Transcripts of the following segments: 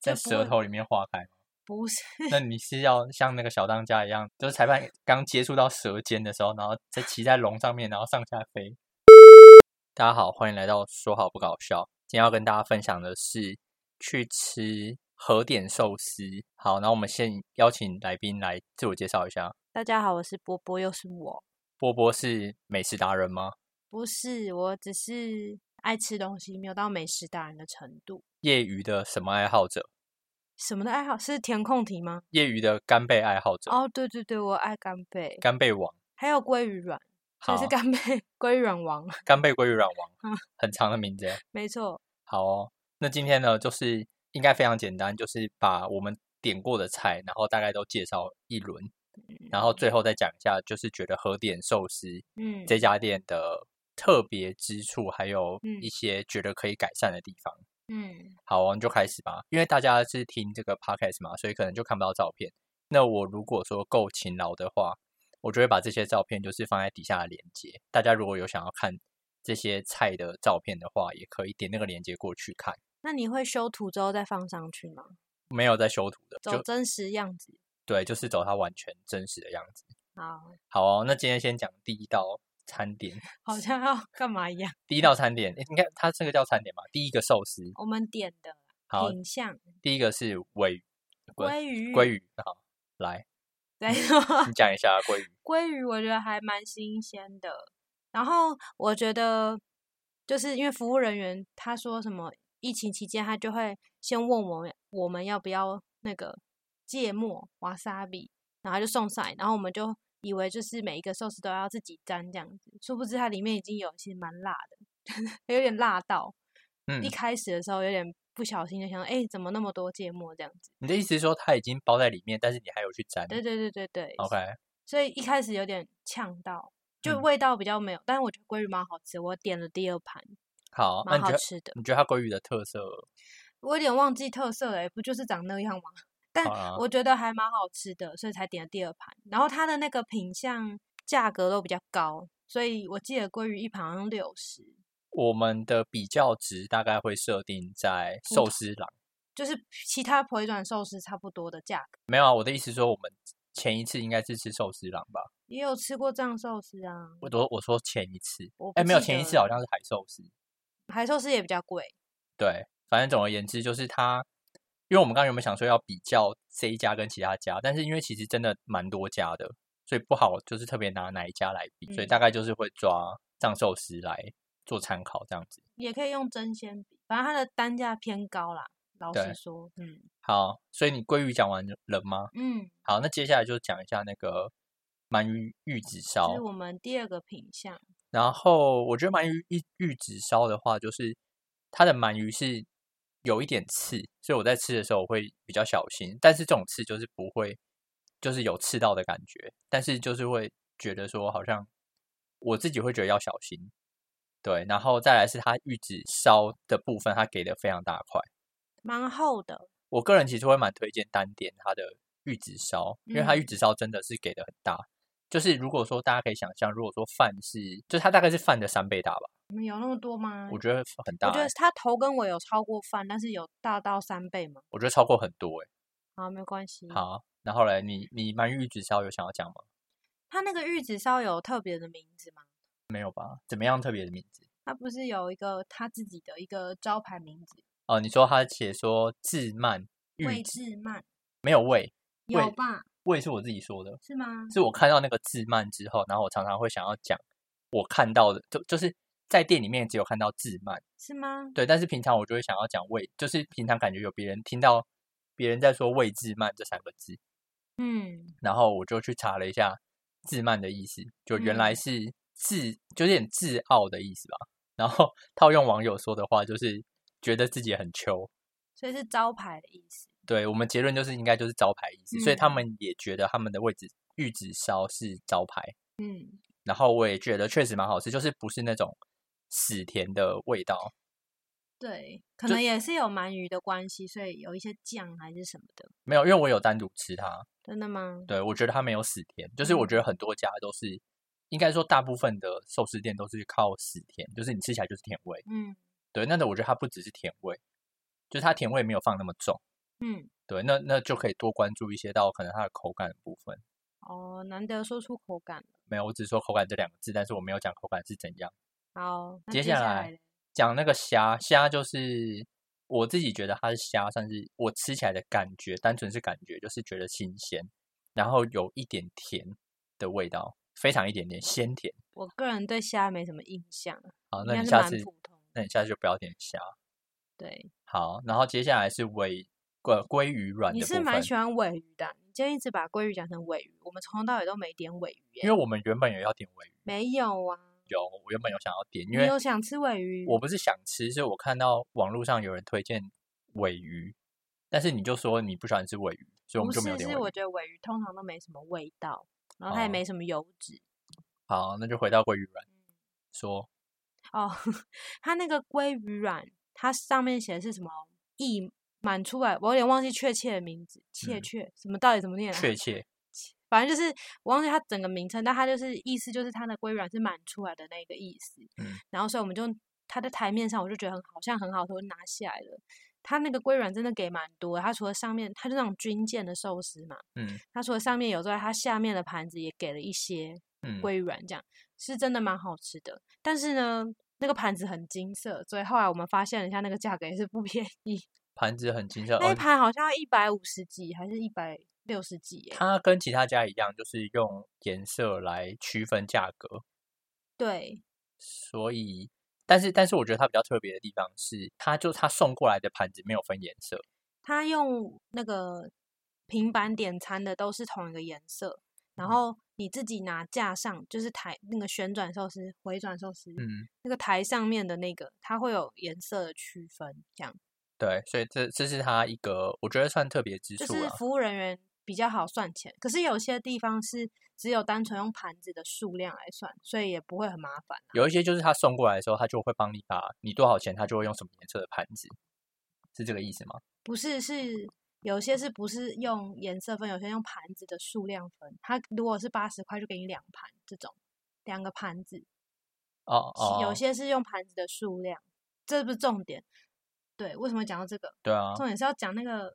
在不舌会头里面化开吗？不是， 那你是要像那个小当家一样，就是裁判刚接触到舌尖的时候，然后再骑在龙上面，然后上下飞。大家好，欢迎来到说好不搞笑。今天要跟大家分享的是去吃和点寿司。好，那我们先邀请来宾来自我介绍一下。大家好，我是波波，又是我，波波是美食达人吗？不是，我只是爱吃东西，没有到美食达人的程度。业余的什么爱好者？什么的爱好是填空题吗？业余的干贝爱好者，哦，对对对，我爱干贝，干贝王。还有鲑鱼卵，所好以，是干贝 鲑鱼卵王，干贝鲑鱼软王嗯，很长的名字耶。没错。好哦，那今天呢，就是应该非常简单，就是把我们点过的菜，然后大概都介绍一轮，然后最后再讲一下，就是觉得和点寿司嗯，这家店的特别之处，还有嗯一些觉得可以改善的地方。嗯，好、哦，我们就开始吧。因为大家是听这个 podcast 嘛，所以可能就看不到照片。那我如果说够勤劳的话，我就会把这些照片就是放在底下的链接。大家如果有想要看这些菜的照片的话，也可以点那个链接过去看。那你会修图之后再放上去吗？没有在修图的，走就真实样子。对，就是走它完全真实的样子。好，好、哦，那今天先讲第一道餐点。好像要干嘛一样。第一道餐点，诶应该它这个叫餐点吧？第一个寿司，我们点 的好，品相第一个是尾鱼，不鲑鱼，鲑，鱼，好，来对， 说你讲一下鲑鱼。鲑鱼我觉得还蛮新鲜的。然后我觉得，就是因为服务人员他说什么疫情期间，他就会先问我们我们要不要那个芥末瓦萨比，然后他就送上来，然后我们就以为就是每一个寿司都要自己沾这样子，殊不知它里面已经有其实蛮辣的， 有点辣到、嗯一，开始的时候有点不小心就想，哎、怎么那么多芥末这样子？你的意思是说它已经包在里面，但是你还有去沾对对对对对？OK，所以一开始有点呛到，就嗯味道比较没有，但是我觉得鲑鱼蛮好吃，我点了第二盘，好，哦那蛮你觉好得吃的。你觉得它鲑鱼的特色？我有点忘记特色了、不就是长那样吗？ 但好啦我觉得还蛮好吃的，所以才点了第二盘。然后它的那个品相价格都比较高，所以我记得鲑鱼一盘好像六十，我们的比较值大概会设定在普寿通司郎。就是其他回转寿司差不多的价格。没有啊，我的意思是说我们前一次应该是吃寿司郎吧？也有吃过藏寿司啊，我都我说前一次，我哎，不没有记前一得次好像是海寿司，海寿司也比较贵。对，反正总而言之就是它，因为我们刚刚有没有想说要比较这一家跟其他家，但是因为其实真的蛮多家的，所以不好就是特别拿哪一家来比，所以大嗯概就是会抓藏寿司来做参考这样子。也可以用真鲜比，反正它的单价偏高啦。老对实说，嗯好，所以你鲑鱼讲完了吗？嗯，好，那接下来就讲一下那个鳗鱼玉子烧这是。我们第二个品相，然后我觉得鳗鱼玉玉子烧的话，就是它的鳗鱼是有一点刺，所以我在吃的时候我会比较小心。但是这种刺就是不会，就是有刺到的感觉，但是就是会觉得说好像我自己会觉得要小心。对，然后再来是它玉子烧的部分，它给的非常大块。蛮厚的，我个人其实会蛮推荐单点它的玉子烧，因为它玉嗯子烧真的是给的很大。就是如果说大家可以想象，如果说饭是，就它大概是饭的三倍大吧。你们有那么多吗？我觉得很大我觉欸、得它头跟尾有超过饭，但是有大到三倍嘛。我觉得超过很多哎、好，没关系。，好，然后嘞，你你鳗鱼玉子烧有想要讲吗？它那个玉子烧有特别的名字吗？没有吧？怎么样特别的名字？它不是有一个它自己的一个招牌名字，哦，你说他写说自鳗玉魏子志曼，没有味，有魏吧？味是我自己说的，是吗？是我看到那个自鳗之后，然后我常常会想要讲我看到的，就就是在店里面只有看到自鳗，是吗？对，但是平常我就会想要讲味，就是平常感觉有别人听到别人在说味自鳗这三个字，嗯，然后我就去查了一下自慢的意思，就原来嗯是自，就有点自傲的意思吧。然后套用网友说的话，就是觉得自己很秋。所以是招牌的意思。对我们结论就是应该就是招牌意思，所以他嗯们也觉得他们的位置玉子烧是招牌。嗯，然后我也觉得确实蛮好吃，就是不是那种死甜的味道。对，可就能也是有鳗鱼的关系，所以有一些酱还是什么的。没有，因为我有单独吃它，真的吗？对我觉得它没有死甜，就是我嗯觉得很多家都是，应该说大部分的寿司店都是靠死甜，就是你吃起来就是甜味。嗯对，那个我觉得它不只是甜味，就是它甜味没有放那么重，嗯，对，那那就可以多关注一些到可能它的口感的部分。哦，难得说出口感。没有，我只说口感这两个字，但是我没有讲口感是怎样。好，那接下下来来嘞讲那个虾，虾就是我自己觉得它是虾，算是我吃起来的感觉，单纯是感觉，就是觉得新鲜，然后有一点甜的味道，非常一点点鲜甜。我个人对虾没什么印象，好，应哦那该你是下蛮次，普通的。那你下次就不要点虾。对，好，然后接下来是尾鲑鲑鱼卵你的部是分，蛮喜欢尾鱼的啊，你今天一直把鲑鱼讲成尾鱼，我们从头到尾都没点尾鱼耶、欸因为我们原本也要点尾鱼，没有啊。有我原本有想要点，因你为有想吃尾鱼？我不是想吃，是我看到网络上有人推荐尾鱼，但是你就说你不喜欢吃尾鱼，所以我不们是就没有，点是尾我鱼。觉得尾鱼通常都没什么味道，然后它也哦没什么油脂。好，那就回到鲑鱼卵，嗯说哦， 它那个鲑鱼卵，它上面写的是什么意满出来，我有点忘记确切的名字，切嗯确、什么到底怎么念啊？确切反正就是我忘记它整个名称，但它就是意思就是它的龟卵是满出来的那个意思。嗯然后所以我们就它在台面上，我就觉得很好像很好，所以我就拿下来了。它那个龟卵真的给蛮多的，它除了上面，它就那种军舰的寿司嘛，嗯它除了上面有之外，它下面的盘子也给了一些嗯，龟卵，这样是真的蛮好吃的。但是呢，那个盘子很金色，所以后来我们发现了一下，那个价格也是不便宜，盘子很清澈，那一哦，盘好像一百五十几还是一百六十几耶？它跟其他家一样，就是用颜色来区分价格，对，所以。但是，但是我觉得它比较特别的地方是，它就它送过来的盘子没有分颜色，他用那个平板点餐的都是同一个颜色，嗯然后你自己拿架上就是台那个旋转寿司、回转寿司、嗯，那个台上面的那个，它会有颜色的区分，这样对，所以这这是它一个我觉得算特别之就处是啦。服务人员比较好算钱。可是有些地方是只有单纯用盘子的数量来算，所以也不会很麻烦啊、有一些就是他送过来的时候，他就会帮你把你多少钱，他就会用什么颜色的盘子，是这个意思吗？不是是。有些是不是用颜色分，有些用盘子的数量分。它如果是八十块，就给你两盘这种，两个盘子。哦哦，是有些是用盘子的数量，这不是重点。对，为什么讲到这个？对啊，重点是要讲那个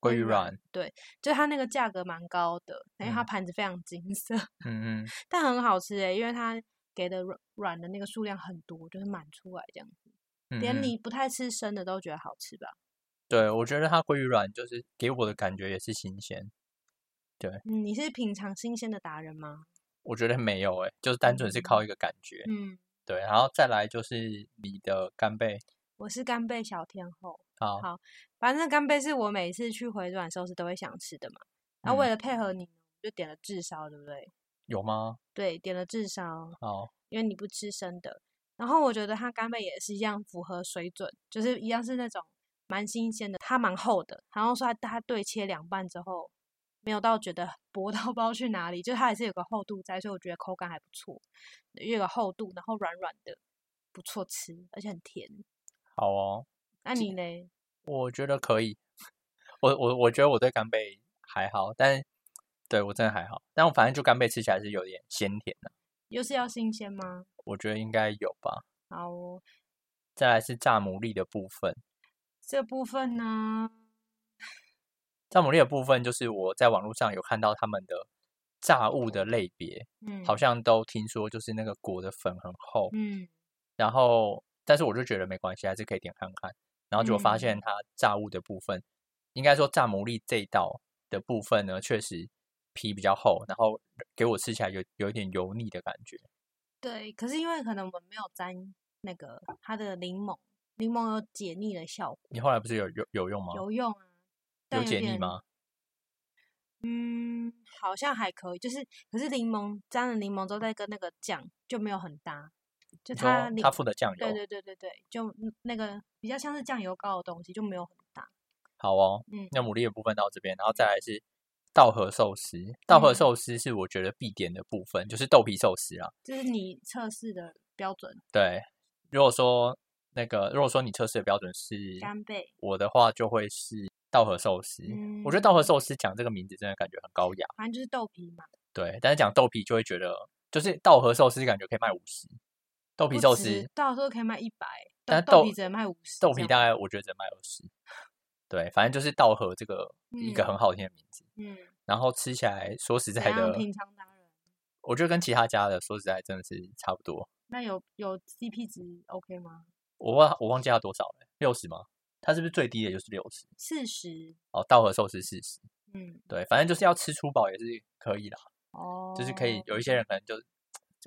鲑鱼卵，对，就它那个价格蛮高的，因为它嗯盘子非常金色， 嗯嗯，但很好吃诶、欸因为它给的软软的那个数量很多，就是满出来这样子，嗯连嗯你不太吃生的都觉得好吃吧？对我觉得它鲑鱼卵就是给我的感觉也是新鲜，嗯，你是品尝新鲜的达人吗？我觉得没有诶、欸就是单纯是靠一个感觉，嗯，对，然后再来就是你的干贝，我是干贝小天后。好，好反正干贝是我每次去回转寿司都会想吃的嘛。然后为嗯了配合你，就点了炙烧，对不对？有吗？对，点了炙烧，好，因为你不吃生的。然后我觉得它干贝也是一样符合水准，就是一样是那种蛮新鲜的，它蛮厚的。然后说它它对切两半之后，没有到觉得 薄到不知道去哪里，就它还是有个厚度在，所以我觉得口感还不错，有个厚度，然后软软的，不错吃，而且很甜。好哦，那你嘞？我觉得可以，我我我觉得我对干贝还好，但对我真的还好，但我反正就干贝吃起来是有点鲜甜的、又是要新鲜吗？我觉得应该有吧。好哦、再来是炸牡蛎的部分。这部分呢，炸牡蛎的部分就是我在网络上有看到他们的炸物的类别，嗯，好，像都听说就是那个裹的粉很厚，嗯，然后但是我就觉得没关系，还是可以点看看。然后结果发现嗯它炸物的部分，应该说炸牡蛎这一道的部分呢，确实皮比较厚，然后给我吃起来有有一点油腻的感觉。对。可是因为可能我们没有沾那个它的柠檬，柠檬有解腻的效果，你后来不是有有有用吗？有用啊。但哦有解腻点？吗？嗯，好像还可以，就是可是柠檬沾了柠檬之后，再跟那个酱就没有很搭，就你它说柠它，附的酱油对，对对对对，就嗯那个比较像是酱油膏的东西就没有很搭，好哦，嗯那牡蛎的部分到这边，然后再来是稻荷寿司。稻荷嗯寿司是我觉得必点的部分，就是豆皮寿司啊。这是你测试的标准。对，如果说那个，如果说你测试的标准是干嗯贝我的话，就会是稻荷寿司。我觉得稻荷寿司讲这个名字真的感觉很高雅，反正就是豆皮嘛，对。但是讲豆皮就会觉得，就是稻荷寿司感觉可以卖五十，豆皮不寿止司，到时候可以卖一百，但豆豆皮只能卖五十，豆皮大概我觉得只能卖二十。对，反正就是稻荷这个一个嗯很好听的名字。嗯，然后吃起来，说实怎在样的，平常达人？我觉得跟其他家的说实在真的是差不多。那有有 CP 值 OK 吗？我忘我忘记它多少了，六十吗？它是不是最低的就是六十？四十，哦，稻荷寿司四十，嗯，对，反正就是要吃粗饱也是可以啦，哦，就是可以有一些人可能就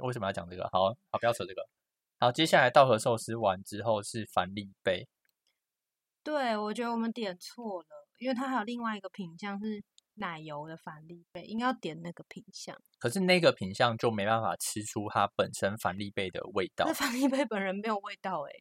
为什么要讲这个？好啊好不要扯这个。好，接下来稻荷寿司完之后是凡利贝，对，我觉得我们点错了，因为它还有另外一个品相是奶油的反例贝，应该要点那个品相。可是那个品相就没办法吃出它本身凡利贝的味道那。反例贝本人没有味道哎、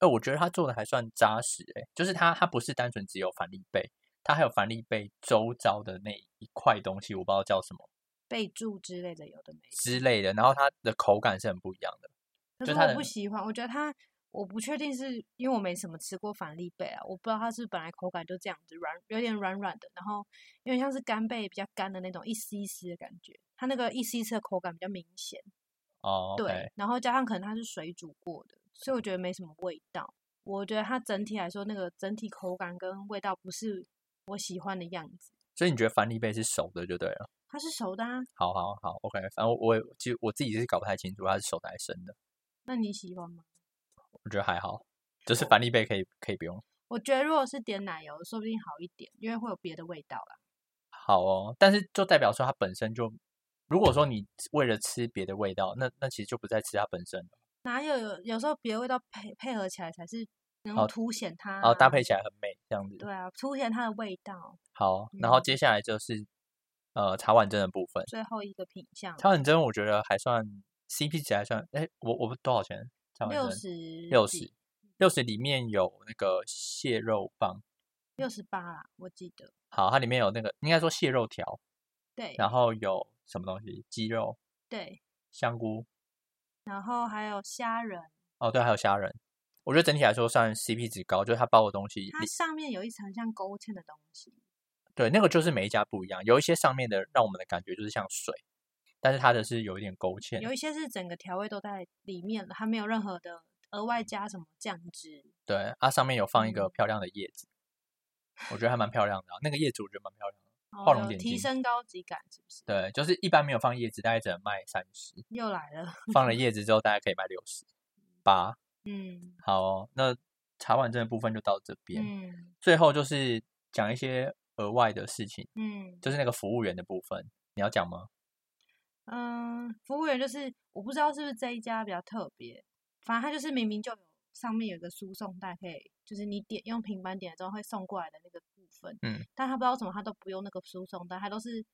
哎，我觉得它做的还算扎实、欸，就是它它不是单纯只有凡利贝，它还有凡利贝周遭的那一块东西，我不知道叫什么备注之类的有的没的。之类的，然后它的口感是很不一样的。可就是它我的不喜欢，我觉得它，我不确定是因为我没什么吃过反利贝啊，我不知道它是本来口感就这样子软，有点软软的，然后有点像是干贝比较干的那种一丝一丝的感觉，它那个一丝一丝的口感比较明显，哦，对 OK 然后加上可能它是水煮过的，所以我觉得没什么味道。我觉得它整体来说，那个整体口感跟味道不是我喜欢的样子。所以你觉得凡利贝是熟的就对了。它是熟的啊，好好好，OK，反正我我也其实我自己是搞不太清楚它是熟的还是生的，那你喜欢吗？我觉得还好，就是凡利贝可以可以不用。我觉得如果是点奶油，说不定好一点，因为会有别的味道啦。好哦，但是就代表说它本身就，如果说你为了吃别的味道，那那其实就不在吃它本身了，哪有有有时候别的味道配配合起来才是能哦凸显它、然后搭配。起来很美这样子。对啊，凸显它的味道。好，哦然后嗯接下来就是呃茶碗蒸的部分，最后一个品相，茶碗蒸我觉得还算 CP 值还算，哎，我我多少钱？茶碗六蒸十六几十，六十里面有那个蟹肉棒，六十八啦，我记得。好，它里面有那个应该说蟹肉条，对然后有什么东西？鸡肉、对，香菇，然后还有虾仁，哦对，还有虾仁。我觉得整体来说算 CP 值高，就是它包的东西它上面有一层像勾芡的东西。对，那个就是每一家不一样，有一些上面的让我们的感觉就是像水，但是它的是有一点勾芡。有一些是整个调味都在里面了，它没有任何的额外加什么酱汁。对，它上面有放一个嗯漂亮的叶子，我觉得还蛮漂亮的啊、那个叶子我觉得蛮漂亮的。然画后龙有点提睛升高级感是不是？对，就是一般没有放叶子，大概只能卖三十，又来了，放了叶子之后，大概可以卖六十八。嗯好哦、那茶碗蒸的部分就到这边，嗯最后就是讲一些额外的事情，嗯就是那个服务员的部分，你要讲吗？嗯，服务员就是我不知道是不是这一家比较特别，反正他就是明明就有上面有个输送带可以，就是你点用平板点了之后会送过来的那个部分，嗯，但他不知道为什么他都不用那个输送带，他都是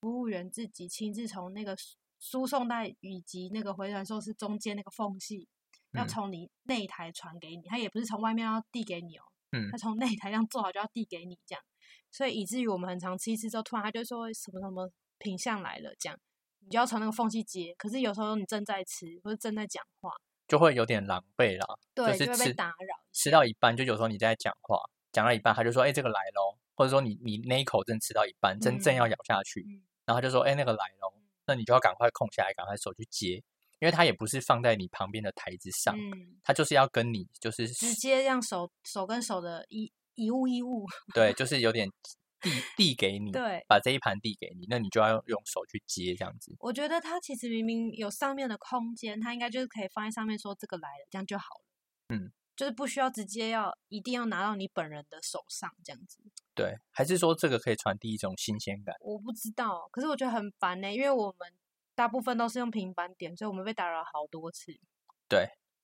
服务员自己亲自从那个输输送带以及那个回转寿司中间那个缝隙，要嗯从你内台传给你，他也不是从外面要递给你哦，嗯他从内台这样做好就要递给你这样，所以以至于我们很常吃一次之后，突然他就说什么什么品相来了这样。你就要从那个缝隙接。可是有时候你正在吃或者正在讲话，就会有点狼狈啦，对，是就会吃被打扰。吃到一半，就有时候你在讲话，讲到一半，他就说：“哎、这个来咯，或者说你你那一口正吃到一半，真正要嗯咬下去，嗯然后他就说：“哎、那个来咯，那你就要赶快空下来，赶快手去接，因为他也不是放在你旁边的台子上，嗯，他就是要跟你就是直接让手手跟手的一一物一物， 对，就是有点递递给你，对把这一盘递给你，那你就要用用手去接这样子。我觉得它其实明明有上面的空间，它应该就是可以放在上面说这个来了，这样就好了。嗯，就是不需要直接要一定要拿到你本人的手上这样子。对，还是说这个可以传递一种新鲜感？我不知道，可是我觉得很烦呢、因为我们大部分都是用平板点，所以我们被打扰好多次。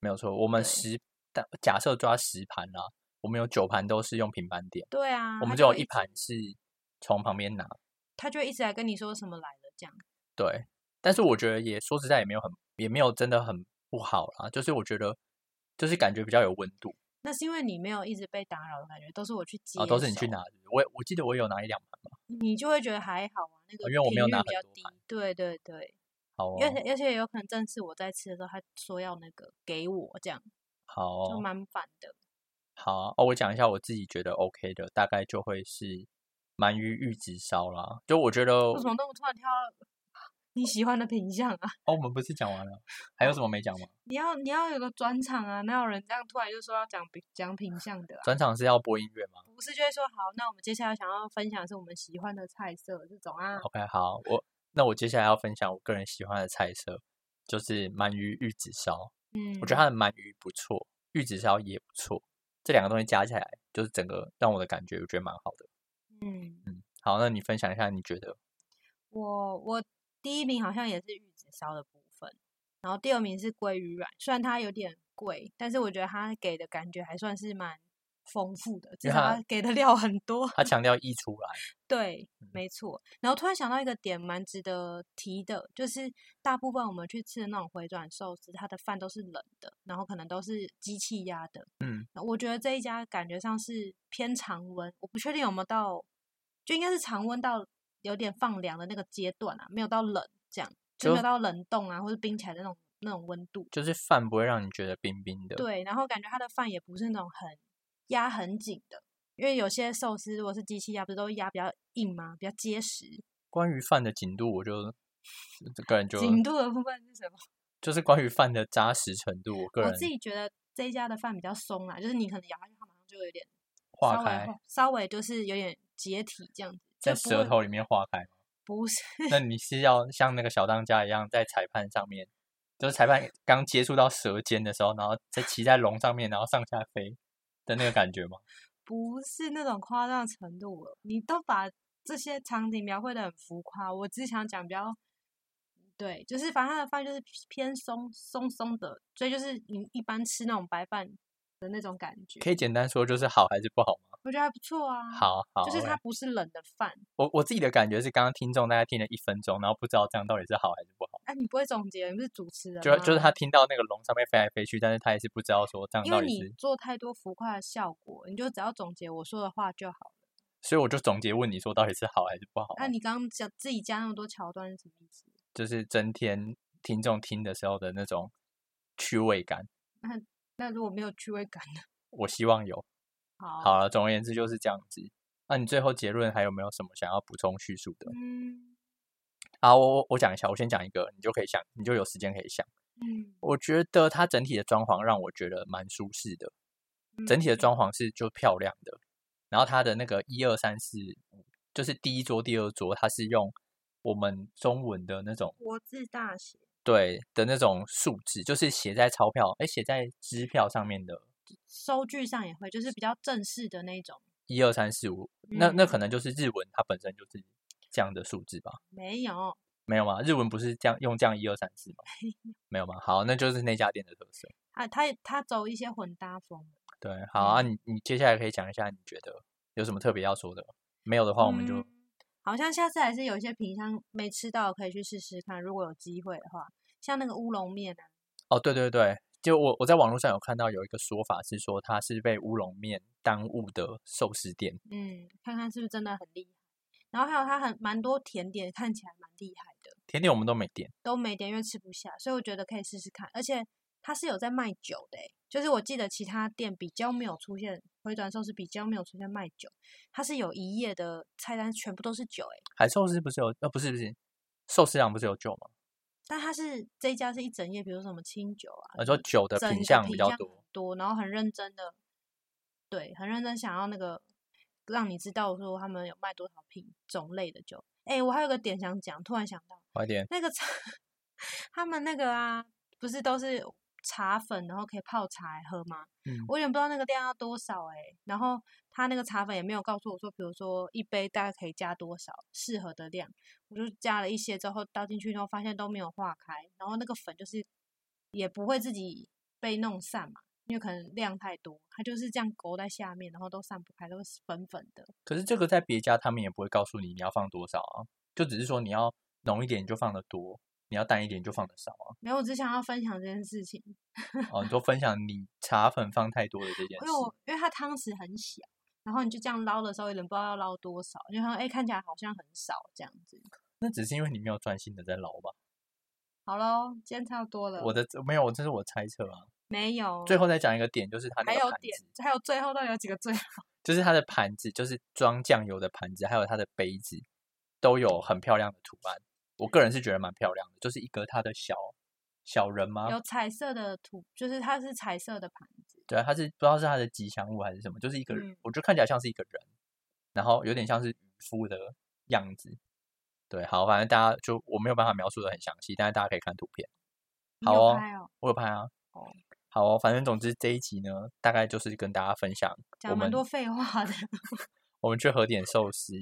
没有错，我们对十但假设抓十盘啦、我们有九盘都是用平板点。对啊，我它们只就有会一直盘是从旁边拿，他就会一直来跟你说什么来了这样。对。但是我觉得也说实在也没有很也没有真的很不好啦，就是我觉得就是感觉比较有温度那是因为你没有一直被打扰的感觉，都是我去接、啊，都是你去拿，的。我我记得我有拿一两盘嘛，你就会觉得还好啊，那个哦因为我没有频率拿比很较多低盘。对对对，好哦，而且而且有可能正是我在吃的时候，他说要那个给我这样，好就哦，蛮烦的。好啊哦，我讲一下我自己觉得 OK 的，大概就会是鳗鱼玉子烧啦，就我觉得为什么那么突然跳到 你喜欢的品相啊。 哦，我们不是讲完了，还有什么没讲吗？你要你要有个专场啊，哪有人这样突然就说要讲品讲品相的啊？ 转场是要播音乐吗不是就会说好，那我们接下来想要分享的是我们喜欢的菜色这种啊。 ？OK，好，哦我那我接下来要分享我个人喜欢的菜色，就是鳗鱼玉子烧。嗯，我觉得它的鳗鱼不错，玉子烧也不错，这两个东西加起来，就是整个让我的感觉，我觉得蛮好的。嗯，好，那你分享一下，你觉得我我第一名好像也是玉子烧的部分，然后第二名是鲑鱼软，虽然它有点贵，但是我觉得它给的感觉还算是蛮丰富的，至因为少它它给的料很多。他强调溢出来，对嗯，没错。然后突然想到一个点，蛮值得提的，就是大部分我们去吃的那种回转寿司，它的饭都是冷的，然后可能都是机器压的。嗯，我觉得这一家感觉上是偏常温，我不确定有没有到，就应该是常温到有点放凉的那个阶段啊，没有到冷这样，就就没有到冷冻啊，或者冰起来的那种那种温度。就是饭不会让你觉得冰冰的。，对，然后感觉它的饭也不是那种很压很紧的，因为有些寿司如果是机器压，不是都压比较硬吗？比较结实。关于饭的紧度，我就这个人就紧度的部分是什么？就是关于饭的扎实程度，我个我人哦自己觉得这一家的饭比较松啦，就是你可能咬下去，它马上就有点稍化微开化稍微就是有点解体这样子，在就不舌会头里面化 开。不是那你是要像那个小当家一样，在裁判上面，就是裁判刚接触到舌尖的时候，然后再骑在龙上面，然后上下飞的那个感觉吗？不是那种夸张的程度了，你都把这些场景描绘的很浮夸，我只想讲比较。对，就是反正它的饭就是偏松松松的，所以就是你一般吃那种白饭的那种感觉，可以简单说就是好还是不好吗？我觉得还不错啊。，好好，就是 OK 它不是冷的饭。我我自己的感觉是，刚刚听众大概听了一分钟，然后不知道这样到底是好还是不好，哎、你不会总结，你不是主持人就就是吗他听到那个龙上面飞来飞去，但是他也是不知道说这样因到为底你是，做太多浮夸的效果，你就只要总结我说的话就好了。所以我就总结问你说到底是好还是不好啊，那你刚刚讲自己加那么多桥段是什么意思？就是增添听众听的时候的那种趣味感，那如果没有趣味感呢？我希望有。好，好了，总而言之就是这样子。那、你最后结论还有没有什么想要补充叙述的？嗯啊，我我我讲一下，我先讲一个，你就可以想，你就有时间可以想。嗯，我觉得它整体的装潢让我觉得蛮舒适的，整体的嗯装潢是就漂亮的。然后它的那个一二三四五，就是第一桌、第二桌，它是用我们中文的那种国字大写，对的那种数字，就是写在钞票，哎，写在支票上面的收据上也会，就是比较正式的那种。一二三四五，那那可嗯能就是日文它本身就是这样的数字吧。没有，没有吗？日文不是这样用这样一二三 四吗？没有吗？好，那就是那家店的特色。啊，他他走一些混搭风。对，好啊，嗯你你接下来可以讲一下，你觉得有什么特别要说的？没有的话，我们就、嗯好像下次还是有一些品相没吃到，可以去试试看。如果有机会的话，像那个乌龙面啊，哦，对对对，就我我在网络上有看到有一个说法是说它是被乌龙面耽误的寿司店，嗯，看看是不是真的很厉害。然后还有它很蛮多甜点，看起来蛮厉害的。甜点我们都没点。都没点，因为吃不下，所以我觉得可以试试看。而且它是有在卖酒的、欸，就是我记得其他店比较没有出现回转寿司，比较没有出现卖酒，它是有一页的菜单全部都是酒、欸，海寿司不是有呃不是不是寿司郎不是有酒吗？但它是这一家是一整页，比如说什么清酒啊，哦我说酒的整品个相比品较相多，多，然后很认真的，对，很认真想要那个让你知道说他们有卖多少品种类的酒。哎、我还有个点想讲，突然想到。快点那个茶， 他们那个啊，不是都是茶粉，然后可以泡茶来喝吗？嗯我有点不知道那个量要多少哎、然后他那个茶粉也没有告诉我说，比如说一杯大概可以加多少适合的量，我就加了一些之后倒进去之后发现都没有化开，然后那个粉就是也不会自己被弄散嘛，因为可能量太多，它就是这样勾在下面，然后都散不开，都是粉粉的。可是这个在别家他们也不会告诉你你要放多少啊，就只是说你要浓一点你就放的多，你要淡一点你就放的少啊。没有，我只想要分享这件事情，哦，你说分享你茶粉放太多的这件事因为，我因为它汤匙很小，然后你就这样捞的时候，有点不知道要捞多少，就想哎、诶看起来好像很少这样子。那只是因为你没有专心的在捞吧？好喽，今天差不多了。我的没有，这是我猜测啊。没有，最后再讲一个点，就是它那哦还个有盘点子，，还有最后到底有几个最后？就是它的盘子，就是装酱油的盘子，还有它的杯子，都有很漂亮的图案。我个人是觉得蛮漂亮的，就是一个它的小小人吗？有彩色的图，就是它是彩色的盘子，对啊，它是不知道是它的吉祥物还是什么，就是一个，嗯我觉得看起来像是一个人，然后有点像是渔夫的样子。对，好，反正大家就我没有办法描述的很详细，但是大家可以看图片。你好有哦拍哦，我有拍啊。哦好哦，反正总之这一集呢，大概就是跟大家分享我讲蛮们多废话的。我们去和点寿司，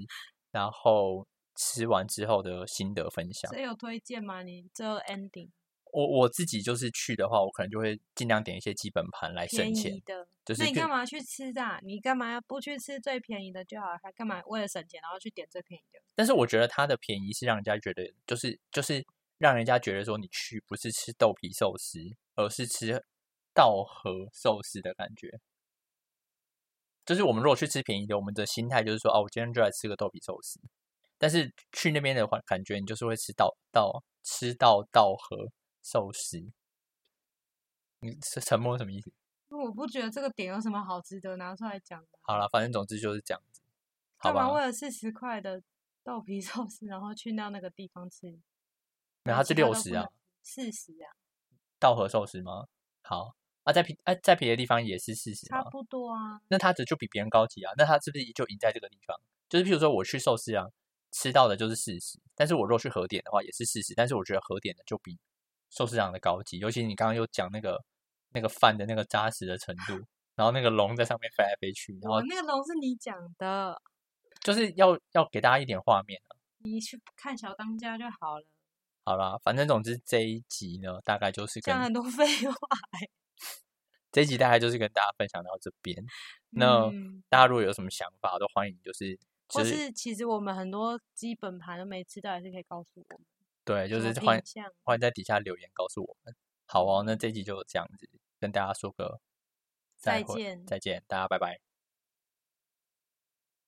然后吃完之后的心得分享。所以有推荐吗？你最后 ending 我我自己就是去的话，我可能就会尽量点一些基本盘来省便钱宜，的，就是那你譬干如嘛去吃的啊、你干嘛不去吃最便宜的就好了？还干嘛为了省钱然后去点最便宜的？但是我觉得它的便宜是让人家觉得，就是就是让人家觉得说你去不是吃豆皮寿司，而是吃稻荷寿司的感觉。就是我们如果去吃便宜的，我们的心态就是说，哦，我今天就来吃个豆皮寿司。但是去那边的话，感觉你就是会吃到到吃到稻荷寿司。你是沉默什么意思？因为我不觉得这个点有什么好值得拿出来讲的啊。好了，反正总之就是这样子，好干嘛为吧？了四十块的豆皮 寿司，然后去到那个地方吃？没有，然它后是其他六都十不啊能，，四十啊，稻荷寿司吗？好啊，在别啊在别的地方也是四十差吗？不多啊。那它的就比别人高级啊，那它是不是就赢在这个地方？就是譬如说我去寿司啊，吃到的就是四十，但是我若去和点的话也是四十，但是我觉得和点的就比寿司郎的高级，尤其你刚刚又讲那个那个饭的那个扎实的程度，然后那个龙在上面飞来飞去，然后我哦那个龙是你讲的，就是要要给大家一点画面啊。你去看小当家就好了。好啦，反正总之这一集呢，大概就是跟讲很多 废话。这一集大概就是跟大家分享到这边。那嗯大家如果有什么想法，都欢迎就是或就是是其实我们很多基本盘都没吃到，还是可以告诉我们。对，就什么是欢品相欢迎在底下留言告诉我们。好哦，那这一集就这样子，跟大家说个再会见再见，大家拜拜。